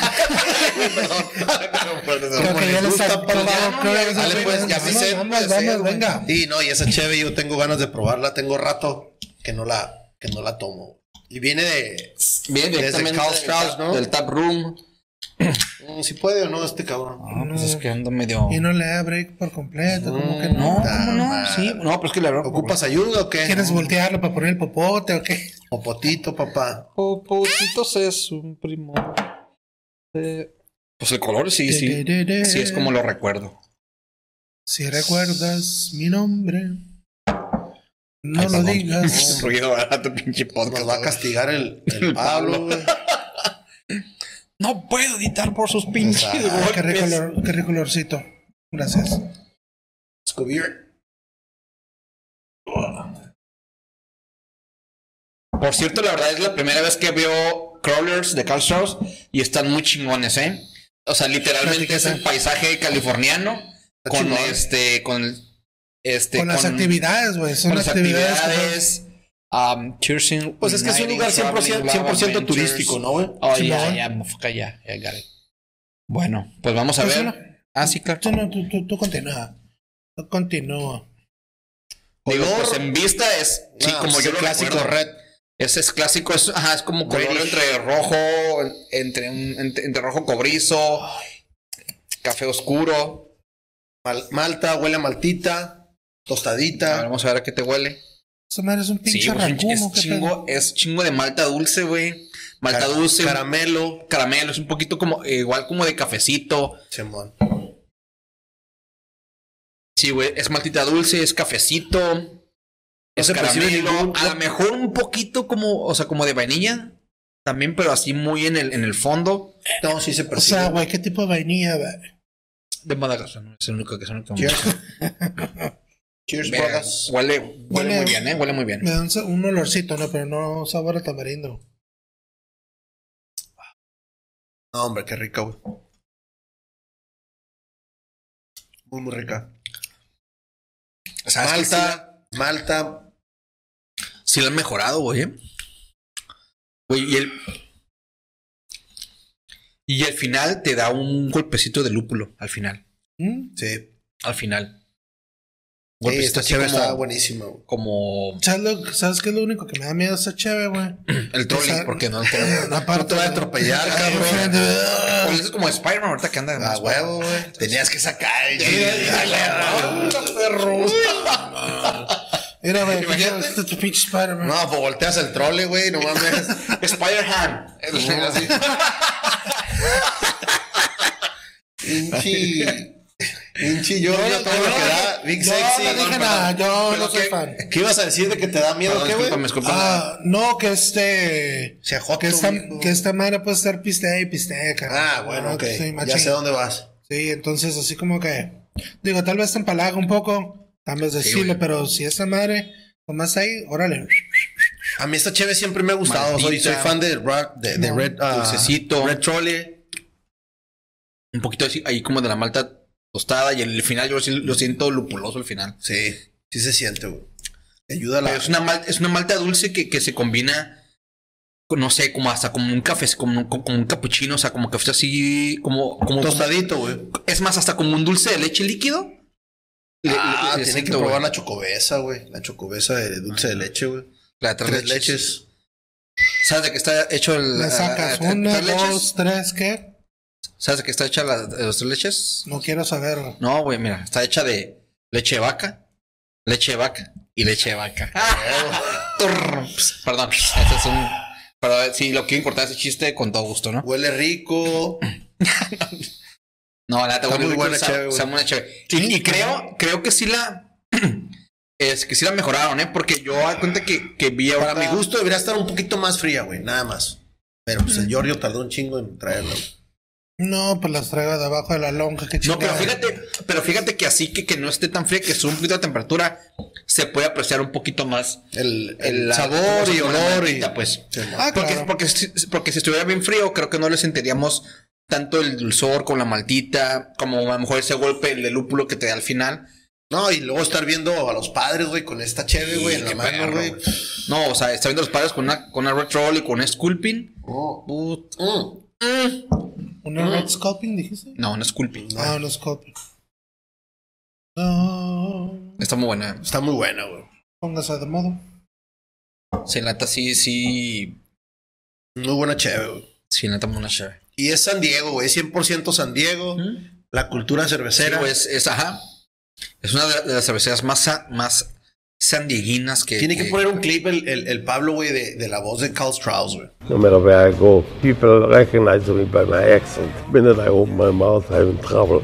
Speaker 1: que ya le
Speaker 3: gusta,
Speaker 1: está-
Speaker 2: pues
Speaker 3: papá.
Speaker 1: creo que ya le está-
Speaker 3: Dale, pues, que así
Speaker 1: Vamos,
Speaker 3: se-
Speaker 1: Vamos,
Speaker 3: se-
Speaker 1: vamos, venga.
Speaker 3: Sí, no, y esa cheve yo tengo ganas de probarla, tengo rato que no la, que no la tomo. Y viene de,
Speaker 2: Bien,
Speaker 3: directamente
Speaker 2: Carl
Speaker 3: del
Speaker 2: Strauss,
Speaker 3: tap-
Speaker 2: ¿no?
Speaker 3: del
Speaker 2: Tap Room.
Speaker 3: mm, si puede o no este cabrón.
Speaker 2: No, pues es que ando medio.
Speaker 1: Y no le da break por completo, como que
Speaker 2: No,
Speaker 1: no.
Speaker 3: Ah,
Speaker 2: ¿cómo no?
Speaker 3: madre.
Speaker 2: Sí, no, pero es que la verdad.
Speaker 3: ¿Ocupas ayuda o qué?
Speaker 1: ¿Quieres voltearlo para poner el popote o qué?
Speaker 3: O potito, papá.
Speaker 2: Popotitos es un primo. Eh, pues el color sí, sí. Sí, es como lo recuerdo.
Speaker 1: Si recuerdas mi nombre, no
Speaker 2: Ay,
Speaker 1: lo
Speaker 2: perdón.
Speaker 1: digas.
Speaker 2: Destruido a tu pinche
Speaker 3: Nos va a
Speaker 2: podcast.
Speaker 3: castigar el, el
Speaker 2: El
Speaker 3: Pablo, güey.
Speaker 2: No puedo editar por sus pinches
Speaker 3: Ah, qué
Speaker 1: Ah, qué, rico
Speaker 2: golpes.
Speaker 1: olor- qué rico olorcito. Gracias.
Speaker 3: Scooby.
Speaker 2: Por cierto, la verdad es la primera vez que veo crawlers de Carl Strauss y están muy chingones, ¿eh? O sea, literalmente es el paisaje californiano con
Speaker 3: chingón.
Speaker 2: este, con el- este,
Speaker 1: con las actividades, güey. Son
Speaker 2: con las
Speaker 1: actividades. que-
Speaker 2: actividades. um, Cheersing,
Speaker 3: Pues es que es un
Speaker 2: Uniting,
Speaker 3: lugar 100%,
Speaker 2: Traveling, Love
Speaker 3: 100%
Speaker 2: Adventures.
Speaker 3: turístico, ¿no, güey?
Speaker 2: Oh,
Speaker 1: Sí,
Speaker 2: ya,
Speaker 1: ¿verdad?
Speaker 2: ya, motherfucker, ya, ya, got it. Bueno, pues vamos a
Speaker 1: Pues
Speaker 2: ver.
Speaker 1: una-
Speaker 2: Ah, sí, claro.
Speaker 1: Tú, no, tú, tú, tú continúa. Tú continúa.
Speaker 2: Digo,
Speaker 3: Color.
Speaker 2: pues en vista es, sí,
Speaker 3: No,
Speaker 2: como
Speaker 3: pues
Speaker 2: yo
Speaker 3: el
Speaker 2: lo
Speaker 3: clásico
Speaker 2: recuerdo.
Speaker 3: red.
Speaker 2: Ese es clásico, es, ajá, es como color
Speaker 3: Reddish.
Speaker 2: entre rojo, en- entre, un- entre, entre rojo cobrizo, café oscuro.
Speaker 3: Mal- malta, huele a maltita,
Speaker 2: A ver,
Speaker 3: tostadita.
Speaker 2: vamos a ver a qué te huele.
Speaker 1: Esa madre es un
Speaker 2: Sí,
Speaker 1: pinche
Speaker 2: pues, es,
Speaker 1: racumo, qué pedo.
Speaker 2: chingo, es chingo de malta dulce, güey. Malta
Speaker 3: cara-
Speaker 2: dulce,
Speaker 3: Caramelo.
Speaker 2: caramelo, es un poquito como, eh, igual como de cafecito.
Speaker 3: Simón.
Speaker 2: Sí, güey, es maltita dulce, es cafecito. Es
Speaker 3: se percibe
Speaker 2: caramelo,
Speaker 3: ningún-
Speaker 2: a lo mejor un poquito como, o sea, como de vainilla. También, pero así muy en el, en el fondo.
Speaker 3: No, sí se
Speaker 1: O
Speaker 3: percibe.
Speaker 1: sea, güey, ¿qué tipo de vainilla, güey?
Speaker 2: De Madagascar, ¿no? es el único que son como... <laughs>
Speaker 3: Cheers. Cheers,
Speaker 2: Verga,
Speaker 3: brothers.
Speaker 2: Huele, huele,
Speaker 1: Huele-
Speaker 2: muy bien, ¿eh? Huele muy bien.
Speaker 1: Me da un, sa- un olorcito, ¿no? Pero no sabor a tamarindo.
Speaker 3: No, hombre, qué rica, güey. Muy, muy rica. Ah,
Speaker 2: ¿Sabes que
Speaker 3: Malta, malta.
Speaker 2: Sí, la- sí la han mejorado, güey. ¿eh? Güey, y el... Y al final te da un golpecito de lúpulo, al final.
Speaker 1: ¿Mm?
Speaker 3: Sí.
Speaker 2: Al final.
Speaker 3: Sí,
Speaker 2: Golpecito
Speaker 3: esta
Speaker 2: así
Speaker 3: chévere
Speaker 2: como-
Speaker 3: pues está buenísima, güey.
Speaker 2: Como
Speaker 1: ¿Sabes, lo- ¿Sabes qué es lo único que me da miedo? Está chévere, güey.
Speaker 2: el trolley,
Speaker 1: Esa-
Speaker 2: porque no el trolley.
Speaker 3: <laughs>
Speaker 1: Una
Speaker 3: No te va a <laughs> atropellar, cabrón.
Speaker 2: Pues es como Spider-Man ahorita que anda de
Speaker 3: A Ah, huevo, güey. Tenías que sacar.
Speaker 1: Mira,
Speaker 2: <laughs>
Speaker 1: güey,
Speaker 3: Imagínate.
Speaker 1: este tu pinche Spider-Man.
Speaker 3: No, pues volteas el trole, güey. No mames. <laughs>
Speaker 2: Spider-Ham. Así.
Speaker 3: Inchi. Inchi, yo
Speaker 1: Yo
Speaker 3: no
Speaker 1: no-
Speaker 3: todo
Speaker 1: yo
Speaker 3: lo
Speaker 1: no
Speaker 3: que da.
Speaker 1: dije-
Speaker 3: Big
Speaker 1: yo
Speaker 3: Sexy.
Speaker 1: no dije
Speaker 3: Perdón,
Speaker 1: nada, yo
Speaker 3: Pero
Speaker 1: no soy
Speaker 3: ¿qué-
Speaker 1: fan.
Speaker 3: ¿Qué ibas a decir de que te da miedo,
Speaker 2: Perdón,
Speaker 3: qué, güey? Ah,
Speaker 2: discúlpame, discúlpame.
Speaker 1: Ah, no, que este.
Speaker 3: Se ajotó,
Speaker 1: Que esta,
Speaker 3: mijo.
Speaker 1: que esta madre puede estar pistea y pistea, cabrón.
Speaker 3: Ah, bueno,
Speaker 1: No,
Speaker 3: ok.
Speaker 1: que soy
Speaker 3: Ya
Speaker 1: machín.
Speaker 3: sé dónde vas.
Speaker 1: Sí, entonces así como que. Digo, tal vez te empalaga un poco. Tal vez decirle,
Speaker 2: güey.
Speaker 1: pero si esta madre. Tomás ahí, órale.
Speaker 3: A mí esta cheve siempre me ha gustado. Soy,
Speaker 2: Maldita.
Speaker 3: soy fan de, Ra- de, de
Speaker 1: No.
Speaker 3: Red ah,
Speaker 2: Dulcecito.
Speaker 3: Red Trolley.
Speaker 2: un poquito así, ahí como de la malta tostada y el final yo sí lo siento lupuloso al final.
Speaker 3: Sí, sí se siente, güey. Te ayuda a la.
Speaker 2: Pero es una malta, es una malta dulce que, que se combina con, no sé, como hasta como un café, como, como, como un capuchino, o sea, como café así, como, como
Speaker 3: Tostadito, güey.
Speaker 2: es más, hasta como un dulce de leche líquido. Le- le-
Speaker 3: Ah,
Speaker 2: le
Speaker 3: tienen
Speaker 2: siento,
Speaker 3: que probar
Speaker 2: güey.
Speaker 3: la chocobesa, güey. La chocobesa de dulce de leche, güey.
Speaker 2: la de tres,
Speaker 3: Tres
Speaker 2: leches.
Speaker 3: leches.
Speaker 2: ¿Sabes de qué está hecho el
Speaker 1: Le sacas
Speaker 2: la- la-
Speaker 1: una,
Speaker 2: tres leches?
Speaker 1: dos, tres, ¿qué?
Speaker 2: ¿Sabes de qué está hecha la de los tres leches?
Speaker 1: No quiero saber.
Speaker 2: No, güey, mira, está hecha de leche de vaca, leche de vaca y leche de vaca.
Speaker 3: Ah.
Speaker 2: <laughs> Turr, ps, Perdón, este es un. Pero si lo quiero importar ese chiste, con todo gusto, ¿no?
Speaker 3: Huele rico.
Speaker 2: No, la neta,
Speaker 3: Está muy
Speaker 2: güey,
Speaker 3: buena,
Speaker 2: está-
Speaker 3: chévere, güey.
Speaker 2: está muy buena, chévere. Y, y creo, creo que sí la. <clears throat> es que sí la mejoraron, ¿eh? Porque yo da cuenta que, que vi ahora
Speaker 3: Para mi gusto debería estar un poquito más fría, güey. Nada más. Pero pues el Giorgio tardó un chingo en traerla, güey.
Speaker 1: No, pues las traigo debajo de la lonja. Qué
Speaker 2: No, pero
Speaker 1: chingada.
Speaker 2: fíjate, pero fíjate que así que, que no esté tan fría, que sube un poquito la temperatura, se puede apreciar un poquito más
Speaker 3: El,
Speaker 2: el,
Speaker 3: el sabor y olor y.
Speaker 2: pues.
Speaker 3: Sí, man.
Speaker 1: Ah,
Speaker 2: porque,
Speaker 1: claro.
Speaker 2: porque, si- porque si estuviera bien frío, creo que no le sentiríamos tanto el dulzor con la maltita, como a lo mejor ese golpe de lúpulo que te da al final.
Speaker 3: No, y luego estar viendo a los padres, güey, con esta chévere, güey, en la
Speaker 2: Qué
Speaker 3: mano,
Speaker 2: perro,
Speaker 3: güey.
Speaker 2: güey. No, o sea, está viendo los padres con una, con una Red Troll y con un Sculpin.
Speaker 3: Oh.
Speaker 2: Put-
Speaker 3: Mm.
Speaker 1: ¿Una red scoping dijiste?
Speaker 2: No, un Sculpin.
Speaker 1: Ah, una scoping. No.
Speaker 2: Está muy buena.
Speaker 3: Está muy buena, güey.
Speaker 1: Póngase de modo.
Speaker 2: Se lata sí, sí.
Speaker 3: Muy buena chévere, güey.
Speaker 2: Sí, lata muy buena chévere.
Speaker 3: Y es San Diego, güey. 100% San Diego. La cultura cervecera.
Speaker 2: Sí, güey, pues, es, es- ajá. Es una de, de las cerveceras más, sa- más sandieguinas que.
Speaker 3: Tiene que poner un clip el, el, el Pablo, güey, de, de la voz de Carl Strauss, güey.
Speaker 4: No matter where I go, people recognize me by my accent. The minute I open my mouth, I'm in trouble.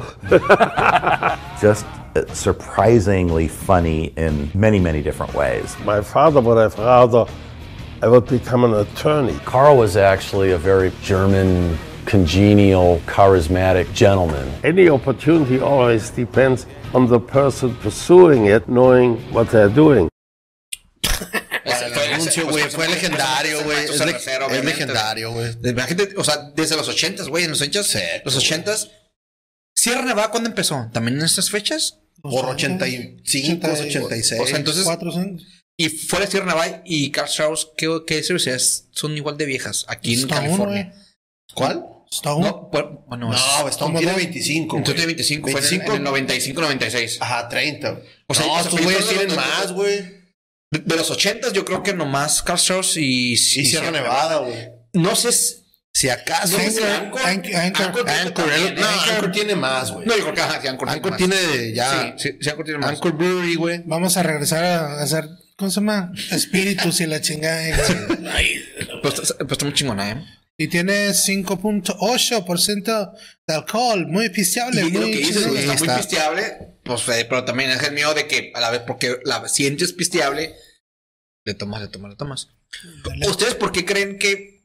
Speaker 5: just uh, surprisingly funny in many, many different ways.
Speaker 4: My father would have rather I would become an attorney.
Speaker 6: Carl was actually a very German, congenial, charismatic gentleman.
Speaker 4: Any opportunity always depends on the person pursuing it, knowing what they're doing.
Speaker 2: Ese-
Speaker 3: El anuncio, güey. Fue legendario, güey. Es, le-
Speaker 2: cervecero,
Speaker 3: es
Speaker 2: obviamente.
Speaker 3: legendario, güey.
Speaker 2: De- la gente, o sea, desde los ochentas, güey, en los ochentas.
Speaker 3: Sí,
Speaker 2: los
Speaker 3: güey.
Speaker 2: ochentas. Sierra Nevada, ¿cuándo empezó? ¿También en estas fechas?
Speaker 3: Por 85, 86.
Speaker 2: O sea, entonces-
Speaker 1: Cuatro, cinco.
Speaker 2: Y fuera de Sierra Nevada y Carl Strauss, ¿qué, qué cerveceras son igual de viejas aquí en
Speaker 1: Stone,
Speaker 2: California?
Speaker 1: güey.
Speaker 3: ¿Cuál?
Speaker 1: Stone.
Speaker 2: No, por- bueno, es-
Speaker 3: No, Stone
Speaker 1: ¿Cómo
Speaker 3: tiene
Speaker 1: no?
Speaker 3: 25.
Speaker 2: entonces
Speaker 3: güey.
Speaker 2: tiene 25, fue en- en, el 95, 96.
Speaker 3: Ajá, 30.
Speaker 2: O sea,
Speaker 3: no,
Speaker 2: o sea,
Speaker 3: estos
Speaker 2: pero
Speaker 3: güeyes
Speaker 2: yo-
Speaker 3: tienen
Speaker 2: no-
Speaker 3: más, güey.
Speaker 2: De, de los ochentas, yo creo que nomás Carl Strauss y, y
Speaker 3: Y Sierra Nevada, güey.
Speaker 2: No sé si-
Speaker 3: Si acaso.
Speaker 2: No,
Speaker 3: güey.
Speaker 2: es que Anchor-
Speaker 1: Anchor- Anchor-
Speaker 2: Anchor-
Speaker 3: Anchor,
Speaker 2: también,
Speaker 3: él- no,
Speaker 2: Anchor-
Speaker 3: Anchor tiene más, güey.
Speaker 2: No, yo creo que ajá, sí, Anchor,
Speaker 3: Anchor
Speaker 2: más.
Speaker 3: tiene ya.
Speaker 2: Sí, sí, sí, Anchor tiene más.
Speaker 3: Anchor Brewery, güey.
Speaker 1: Vamos a regresar a hacer. ¿Cómo se llama? Espíritus y la chingada. güey.
Speaker 2: Pues, está- pues está muy chingona, ¿eh?
Speaker 1: Y tiene 5.8% de alcohol. Muy
Speaker 2: Y
Speaker 1: pisteable.
Speaker 2: lo
Speaker 1: muy
Speaker 2: que dices,
Speaker 1: chingón.
Speaker 2: güey, está,
Speaker 3: está-
Speaker 2: muy pisteable. Pues, eh, pero también es el miedo de que a la vez, porque la sientes pisteable, le tomas, le tomas, le tomas. ¿Ustedes por qué creen que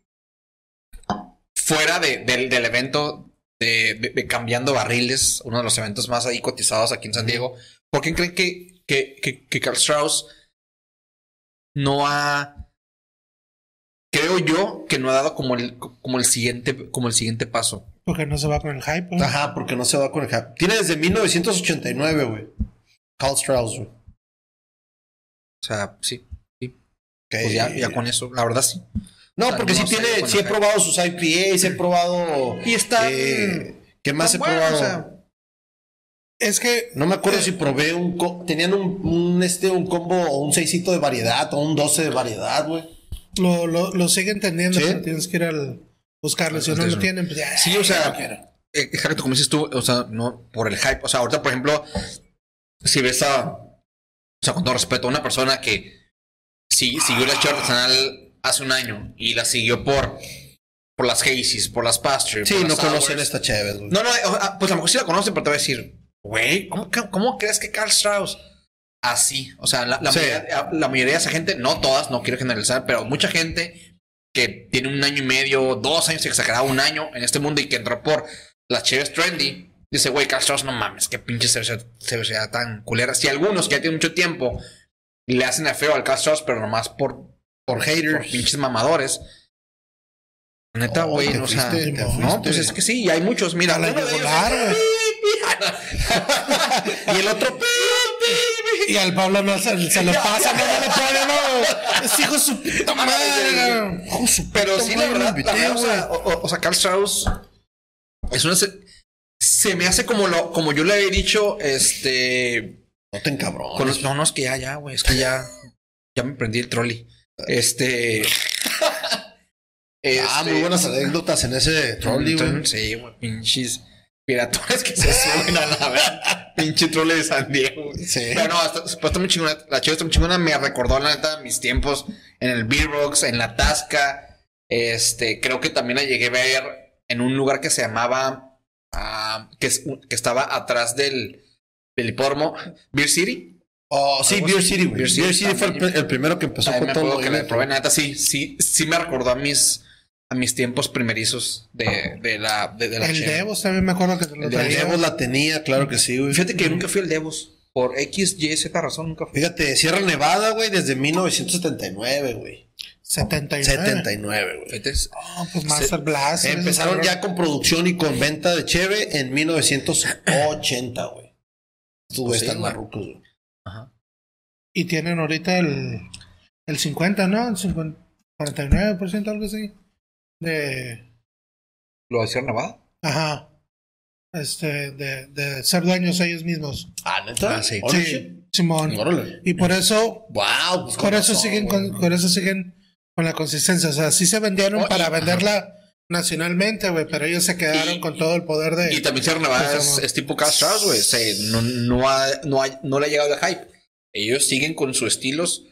Speaker 2: fuera de- del, del evento de, de- de Cambiando Barriles, uno de los eventos más ahí cotizados aquí en San Diego, ¿por qué creen que, que, que, que Carl Strauss no ha... Creo yo que no ha dado como el, como el siguiente, como el siguiente paso.
Speaker 1: Porque no se va con el hype. güey.
Speaker 3: Ajá, porque no se va con el cap. Tiene desde 1989, güey. Carl Strauss, güey.
Speaker 2: O sea, sí.
Speaker 3: Ok.
Speaker 2: Pues ya, ya con eso, la verdad sí.
Speaker 3: No, porque
Speaker 2: No
Speaker 3: sí
Speaker 2: sé,
Speaker 3: tiene,
Speaker 2: con
Speaker 3: sí he
Speaker 2: el hype.
Speaker 3: probado sus IPAs, he probado.
Speaker 2: Y están-
Speaker 3: eh, ¿Qué más he
Speaker 2: Bueno,
Speaker 3: probado?
Speaker 2: o sea,
Speaker 1: Es que.
Speaker 3: No me acuerdo
Speaker 2: Eh,
Speaker 3: si probé un. co- Tenían un, un, este, un combo o un seisito de variedad o un 12 de variedad, güey.
Speaker 1: Lo, lo, lo sigue entendiendo,
Speaker 3: Sí.
Speaker 1: pero tienes que ir al buscarlo. Si no lo
Speaker 2: Entonces,
Speaker 1: tienen, pues ya.
Speaker 2: sí, o
Speaker 1: no quiero.
Speaker 2: sea, eh, exacto, como dices tú, o sea, no por el hype. O sea, ahorita, por ejemplo, si ves a, o sea, con todo respeto, a una persona que sí, siguió la chorra artesanal hace un año y la siguió por, por las Hazy's, por las Pastures.
Speaker 3: Sí,
Speaker 2: por
Speaker 3: no
Speaker 2: las
Speaker 3: conocen
Speaker 2: Sours.
Speaker 3: esta chévere, güey.
Speaker 2: No, no, eh, o- ah, pues a lo mejor sí la conocen, pero te voy a decir, güey, ¿cómo, cre- cómo crees que Carl Strauss? Así, o sea, la, la
Speaker 3: Sí.
Speaker 2: mayoría, la mayoría de esa gente, no todas, no quiero generalizar, pero mucha gente que tiene un año y medio, dos años, exagerado, un año en este mundo y que entró por las cheves trendy, dice, güey, Carl Strauss, no mames, qué pinche cerveza, cerveza tan culera. Si algunos que ya tienen mucho tiempo le hacen a feo al Carl Strauss, pero nomás por, por haters, por pinches mamadores. Neta,
Speaker 3: Oh,
Speaker 2: güey,
Speaker 3: te
Speaker 2: o sea,
Speaker 3: fuiste, te fuiste.
Speaker 2: no, pues es que sí, y hay muchos, mira,
Speaker 1: A la
Speaker 2: uno de ellos
Speaker 1: yugular,
Speaker 2: es- <laughs> y el otro
Speaker 1: Y al Pablo no se, se lo pasa, no, no lo puede, no. Es hijo de su puta madre. güey. Hijo de su
Speaker 2: pero
Speaker 1: puta
Speaker 2: sí la
Speaker 1: madre,
Speaker 2: verdad,
Speaker 1: lo
Speaker 2: la
Speaker 1: invité,
Speaker 2: verdad, o, sea,
Speaker 1: güey.
Speaker 2: o- o- o sea, Carl Strauss es una se, se me hace como lo como yo le había dicho este
Speaker 3: No te encabrones.
Speaker 2: con los no no, es que ya ya güey es que ya ya me prendí el trolley <laughs> este,
Speaker 3: Ah, muy buenas anécdotas en ese trolley, güey.
Speaker 2: Sí, güey, pinches piratones que se suben a <laughs> la verdad. Pinche trole de San Diego. güey.
Speaker 3: Sí.
Speaker 2: Pero no, está, está muy chingona. La chiva está muy chingona. Me recordó, la neta, mis tiempos en el B-Rocks, en la Tasca. Este, creo que también la llegué a ver en un lugar que se llamaba. ah, que, es un- que estaba atrás del, del hipódromo. Beer City.
Speaker 3: Oh, sí,
Speaker 2: Algo
Speaker 3: Beer
Speaker 2: así.
Speaker 3: City, güey.
Speaker 2: Beer
Speaker 3: Beer
Speaker 2: City
Speaker 3: City fue el,
Speaker 2: también.
Speaker 3: pri- el primero que empezó
Speaker 2: Ahí
Speaker 3: con
Speaker 2: me
Speaker 3: todo
Speaker 2: acuerdo
Speaker 3: el
Speaker 2: que la
Speaker 3: movimiento.
Speaker 2: probé, la neta, sí, sí, sí me recordó a mis a mis tiempos primerizos de, de la, de, de la
Speaker 1: El
Speaker 2: cheve.
Speaker 1: Devos también me acuerdo que te lo
Speaker 2: El de
Speaker 3: La
Speaker 1: traía.
Speaker 3: Devos la tenía, claro que sí, güey.
Speaker 2: Fíjate que nunca fui al Devos. Por X, Y, Z razón, nunca fui.
Speaker 3: Fíjate, Sierra Nevada, güey, desde 1979, güey.
Speaker 1: 79.
Speaker 3: 79, güey.
Speaker 2: Fíjate, es-
Speaker 1: No, pues Master Blast.
Speaker 3: Empezaron ya con producción y con venta de cheve en 1980, güey. Estos güeyes
Speaker 2: Pues Sí,
Speaker 3: están
Speaker 2: güey.
Speaker 3: marrucos, güey.
Speaker 1: Y tienen ahorita el, el 50, ¿no? El 50, 49%, algo así. De.
Speaker 2: ¿Lo hicieron Nevada?
Speaker 1: Ajá. Este, de, de ser dueños ellos mismos.
Speaker 3: Ah, ¿neta?
Speaker 2: Ah, sí.
Speaker 3: Órale.
Speaker 1: Sí, Simón.
Speaker 3: Órale.
Speaker 1: Y por eso,
Speaker 3: Wow. pues,
Speaker 1: por
Speaker 3: con
Speaker 1: eso
Speaker 3: razón,
Speaker 1: siguen
Speaker 3: güey.
Speaker 1: con, por eso siguen con la consistencia. O sea, sí se vendieron
Speaker 2: Oh, y-
Speaker 1: para
Speaker 2: ajá.
Speaker 1: venderla nacionalmente, güey, pero ellos se quedaron
Speaker 2: Y-
Speaker 1: con todo el poder de.
Speaker 2: Y también Sierra Nevada
Speaker 1: Pues,
Speaker 2: es,
Speaker 1: no.
Speaker 2: es tipo Cash Stars, güey. Se- no, no, ha- no, ha- no le ha llegado el hype. Ellos siguen con sus estilos,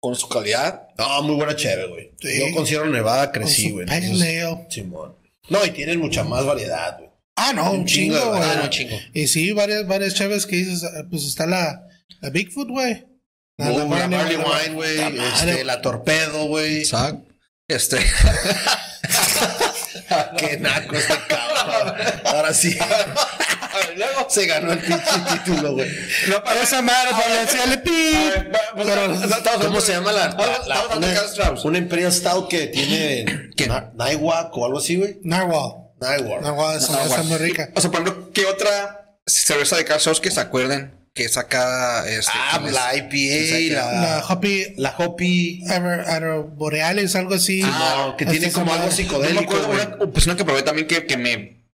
Speaker 2: con su calidad.
Speaker 3: No, muy buena cheve, güey.
Speaker 1: Sí.
Speaker 3: Yo con Sierra Nevada
Speaker 1: con
Speaker 3: crecí,
Speaker 1: su
Speaker 3: güey.
Speaker 1: pale
Speaker 3: entonces,
Speaker 1: ale.
Speaker 3: Simón. No, y tienen mucha más variedad, güey.
Speaker 1: Ah, no, un,
Speaker 3: Un
Speaker 1: chingo,
Speaker 3: chingo de
Speaker 1: güey.
Speaker 3: variedad,
Speaker 2: un chingo.
Speaker 1: Y sí, varias, varias chaves que dices, ah, pues está la, la Bigfoot, güey. La- la
Speaker 3: Muy buena
Speaker 1: Barley
Speaker 3: Barley
Speaker 1: Wine,
Speaker 3: Wine, güey.
Speaker 1: la madre.
Speaker 3: Este, la
Speaker 1: <laughs>
Speaker 3: Torpedo, güey.
Speaker 2: Exacto.
Speaker 3: <laughs>
Speaker 2: Este.
Speaker 3: Qué naco este cabrón.
Speaker 1: <laughs>
Speaker 3: Ahora sí. Se ganó el pinche título, güey.
Speaker 2: no parece.
Speaker 1: Esa madre, para decirle pip. pues,
Speaker 3: ¿Cómo se llama la, la- la-
Speaker 2: Estamos hablando de Cash
Speaker 3: una,
Speaker 2: Stars.
Speaker 3: una Imperial Stout que tiene
Speaker 2: ¿Quién?
Speaker 3: Na- Nighthawk o algo así, güey?
Speaker 1: Narwhal.
Speaker 3: Nighthawk.
Speaker 1: Narwhal, esa madre está muy rica.
Speaker 2: O sea, por ejemplo, ¿qué otra cerveza de Cash Stars que se acuerden que saca. Este,
Speaker 3: Ah,
Speaker 2: ¿quién es?
Speaker 3: la IPA,
Speaker 1: La
Speaker 3: la,
Speaker 1: Hoppy
Speaker 3: la Hopi.
Speaker 1: Ever- Aeroboreales, algo así.
Speaker 3: Ah, que tiene
Speaker 1: Esta
Speaker 3: como
Speaker 1: madre.
Speaker 3: algo
Speaker 2: No me
Speaker 3: psicodélico.
Speaker 2: acuerdo,
Speaker 3: güey.
Speaker 2: una pues, una que probé también que, que me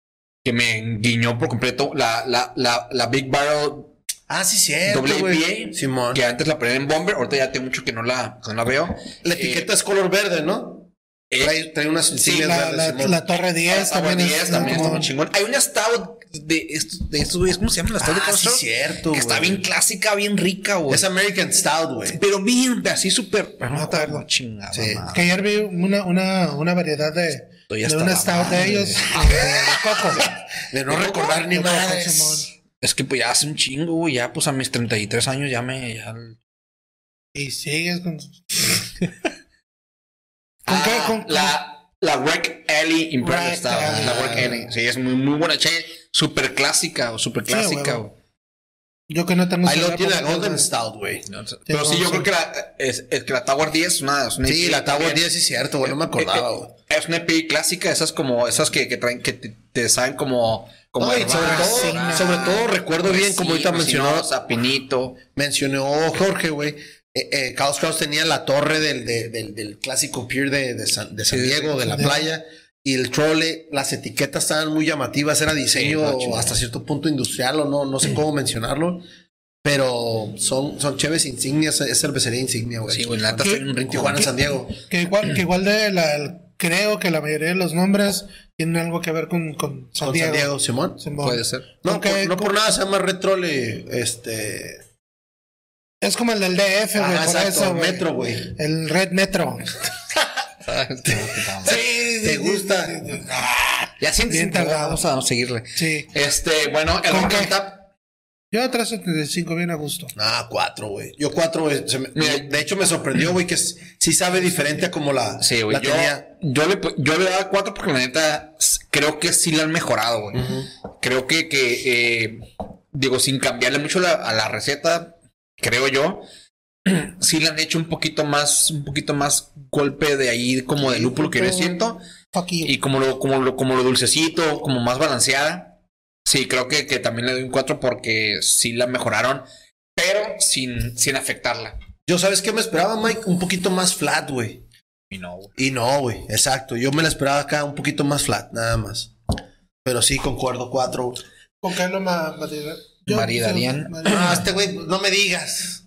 Speaker 2: que me guiñó por completo la, la, la, la Big Barrel
Speaker 3: Ah, sí, cierto.
Speaker 2: Doble
Speaker 3: güey.
Speaker 2: IPA.
Speaker 3: Simón.
Speaker 2: que antes la probé en Bomber, ahorita ya tengo mucho que no la, que no la veo.
Speaker 3: La
Speaker 2: Eh,
Speaker 3: etiqueta es color verde, ¿no?
Speaker 2: eh,
Speaker 3: Trae, trae unas insignias
Speaker 1: La,
Speaker 3: verdes,
Speaker 1: la,
Speaker 3: Simón.
Speaker 1: la Torre 10
Speaker 2: Tower
Speaker 1: también.
Speaker 2: 10
Speaker 1: es,
Speaker 2: también
Speaker 1: como-
Speaker 2: está muy chingón. Hay una stout de estos, de estos güeyes, ¿cómo se llama la stout de
Speaker 3: Ah, sí,
Speaker 2: Castro?
Speaker 3: cierto,
Speaker 2: Que está
Speaker 3: güey.
Speaker 2: bien clásica, bien rica, güey.
Speaker 3: Es American Stout, güey.
Speaker 2: Pero bien, así súper. No me
Speaker 1: acuerdo.
Speaker 2: acuerdo, chingada.
Speaker 3: Sí.
Speaker 2: madre.
Speaker 1: Que ayer vi una, una, una variedad de,
Speaker 2: Estoy
Speaker 1: de
Speaker 2: hasta
Speaker 1: una
Speaker 2: la
Speaker 1: stout de
Speaker 2: madre.
Speaker 1: ellos. De, de coco.
Speaker 3: De no recordar ni
Speaker 1: De coco,
Speaker 3: más.
Speaker 1: Simón.
Speaker 2: Es que pues ya hace un chingo, güey. Ya pues a mis 33 años ya me. ya-
Speaker 1: Y sigues con. ¿Con
Speaker 2: Ah,
Speaker 1: qué? ¿Con,
Speaker 2: la, la Wreck Alley Imperial
Speaker 1: Wreck
Speaker 2: Stout.
Speaker 1: Alley.
Speaker 2: La Wreck Alley. Sí, es muy, muy buena che. Súper clásica, o súper
Speaker 1: Sí,
Speaker 2: clásica,
Speaker 1: huevo.
Speaker 2: güey.
Speaker 1: Yo que no tengo.
Speaker 3: Ahí lo
Speaker 1: celular, pues,
Speaker 3: tiene la
Speaker 1: porque-
Speaker 3: Golden Stout, güey.
Speaker 2: No, Pero sí,
Speaker 1: no,
Speaker 2: yo
Speaker 1: sí.
Speaker 2: creo que la, es, es que la Tower 10 es una, es una
Speaker 3: Sí,
Speaker 2: IPA
Speaker 3: la Tower
Speaker 2: también.
Speaker 3: 10 sí es cierto, güey. No me acordaba,
Speaker 2: Eh, eh,
Speaker 3: güey.
Speaker 2: Es una IPA clásica, esas como, esas que, que traen, que te, te saben como, como
Speaker 3: No, y sobre
Speaker 2: herbazas,
Speaker 3: todo-
Speaker 2: resinas,
Speaker 3: sobre todo recuerdo bien, como ahorita
Speaker 2: resinas,
Speaker 3: mencionaba-
Speaker 2: sapinito.
Speaker 3: Mencionó oh, Jorge, güey. Eh, eh, Chaos Kraus tenía la torre del, de- del, del clásico pier de, de San, de San
Speaker 2: Sí,
Speaker 3: Diego, de la playa. Y el trole, las etiquetas estaban muy llamativas. Era diseño
Speaker 2: Sí, no,
Speaker 3: hasta cierto punto industrial o no, no sé cómo mencionarlo. Pero son, son chéves insignias, es cervecería insignia, güey.
Speaker 2: Sí, güey, la neta
Speaker 1: ¿Qué?
Speaker 2: está bien
Speaker 3: En
Speaker 2: rico.
Speaker 3: Tijuana, San Diego.
Speaker 1: Que igual, que igual de la. Creo que la mayoría de los nombres tienen algo que ver con, con San
Speaker 3: Con
Speaker 1: Diego.
Speaker 3: San Diego, Simón.
Speaker 1: Simón.
Speaker 2: Puede
Speaker 3: <laughs>
Speaker 2: ser.
Speaker 3: No,
Speaker 1: Aunque-
Speaker 3: por, no por nada se llama Red Trole, este...
Speaker 1: Es como el del DF, güey.
Speaker 3: Ajá,
Speaker 1: por
Speaker 3: Ah, exacto,
Speaker 1: eso, güey.
Speaker 3: Metro, güey.
Speaker 1: El Red Metro. <laughs>
Speaker 3: ¿Te gusta?
Speaker 2: ya sientes
Speaker 1: Bien
Speaker 2: sin tardar,
Speaker 1: tardado.
Speaker 2: Vamos a vamos a seguirle.
Speaker 1: Sí.
Speaker 2: Este, bueno, el
Speaker 1: ¿Con
Speaker 2: Rock
Speaker 1: qué?
Speaker 2: and Tap.
Speaker 1: Yo 375, bien a gusto.
Speaker 3: Ah, cuatro, güey. Yo cuatro, güey. se me-
Speaker 2: Mira.
Speaker 3: de hecho, me sorprendió, güey, que s- sí sabe diferente a como la,
Speaker 2: Sí, güey.
Speaker 3: la
Speaker 2: Yo,
Speaker 3: tenía.
Speaker 2: yo, le, pu- yo le daba cuatro porque la neta s- creo que sí la han mejorado, güey. Creo que, que eh, digo, sin cambiarle mucho la- a la receta, creo yo, <clears throat> sí le han hecho un poquito más, un poquito más golpe de ahí como de lúpulo que yo siento.
Speaker 1: Fuck you.
Speaker 2: Y como lo, como lo, como lo dulcecito, como más balanceada. Sí, creo que, que también le doy un cuatro porque sí la mejoraron, pero sin, sin afectarla.
Speaker 3: Yo, ¿sabes qué me esperaba, Mike? Un poquito más flat, güey.
Speaker 2: Y no, güey.
Speaker 3: Y no, güey. Exacto. Yo me la esperaba acá un poquito más flat, nada más. Pero sí, concuerdo, cuatro. <clears throat> güey.
Speaker 1: ¿Con qué lo ma- marida- yo-
Speaker 2: Maridarían.
Speaker 3: No, este güey, no me digas.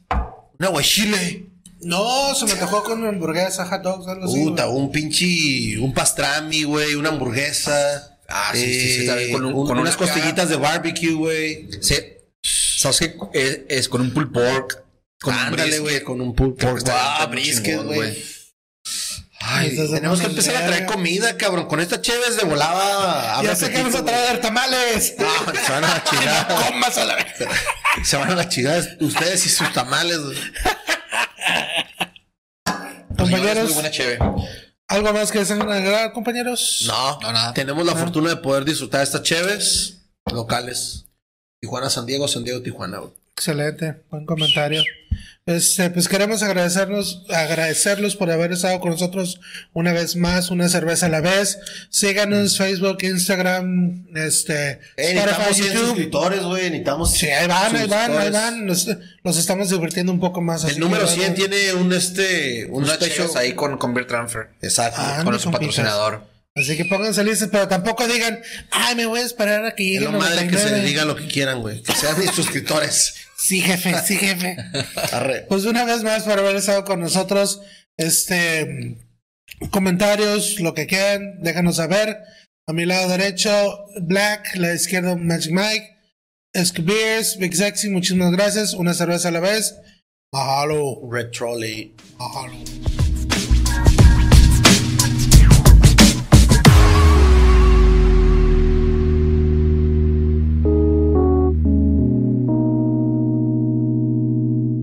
Speaker 3: Una guachile.
Speaker 1: No, se me tocó con una hamburguesa, hot dogs, algo así.
Speaker 3: Puta,
Speaker 1: güey.
Speaker 3: un pinche, un pastrami, güey, una hamburguesa. Eh,
Speaker 2: Ah, sí, sí, sí, está bien, con un-
Speaker 3: un-
Speaker 2: con
Speaker 3: unas
Speaker 2: una cara.
Speaker 3: costillitas de barbecue, güey.
Speaker 2: Sí. ¿Sabes qué? Es, es con un pulled pork. Con un
Speaker 3: Ándale,
Speaker 2: brisket.
Speaker 3: güey, con un pulled
Speaker 2: Creo que
Speaker 3: pork.
Speaker 2: está bien,
Speaker 3: Ah,
Speaker 2: está muy
Speaker 3: brisket,
Speaker 2: chingón,
Speaker 3: güey. Ay,
Speaker 1: Estás de
Speaker 3: tenemos que
Speaker 1: mames,
Speaker 3: empezar a traer
Speaker 1: verga.
Speaker 3: comida, cabrón. Con esta chévez de volada. abre
Speaker 1: Ya sé que
Speaker 3: apetito,
Speaker 1: vamos a traer tamales.
Speaker 3: güey. No,
Speaker 1: <laughs>
Speaker 3: se van a la chingada.
Speaker 1: Comas a la vez.
Speaker 3: se van a la chingada ustedes y sus tamales. güey.
Speaker 2: Señores,
Speaker 3: pues
Speaker 1: Compañeros,
Speaker 2: Muy buena cheve.
Speaker 1: ¿Algo más que desean agregar, compañeros?
Speaker 3: No,
Speaker 2: No, nada.
Speaker 3: Tenemos
Speaker 1: Ah.
Speaker 3: la fortuna de poder disfrutar estas cheves locales. Tijuana, San Diego, San Diego, Tijuana. güey.
Speaker 1: Excelente, buen comentario. Este, pues queremos agradecernos, agradecerlos por haber estado con nosotros una vez más, una cerveza a la vez. Síganos Facebook, Instagram, este,
Speaker 3: Mm. Eh, necesitamos 100 suscriptores, güey. Necesitamos.
Speaker 1: Sí, ahí van, ahí van, ahí
Speaker 3: suscriptores.
Speaker 1: van. Nos, los estamos divirtiendo un poco más. así
Speaker 3: El número
Speaker 1: que vayan.
Speaker 3: 100 tiene un este. Un
Speaker 2: Unas
Speaker 3: special.
Speaker 2: chelas ahí con, con Beer Transfer.
Speaker 3: Exacto.
Speaker 1: Ah,
Speaker 2: con
Speaker 1: no
Speaker 2: nuestro
Speaker 1: son
Speaker 2: patrocinador.
Speaker 1: Así que pónganse listos, pero tampoco digan, ay, me voy a esperar a que
Speaker 3: es
Speaker 1: llegue
Speaker 3: lo
Speaker 1: el
Speaker 3: madre que se
Speaker 1: 99".
Speaker 3: le diga lo que quieran, güey. Que sean mis <laughs> suscriptores.
Speaker 1: Sí, jefe, sí,
Speaker 3: <laughs>
Speaker 1: jefe.
Speaker 3: Arre.
Speaker 1: Pues una vez más por haber estado con nosotros. Este comentarios, lo que quieran, déjanos saber. A mi lado derecho, Black, la izquierda Magic Mike, Escobeers, Big Sexy, muchísimas gracias. Una cerveza a la vez. Mahalo,
Speaker 3: Red Trolley.
Speaker 1: mahalo.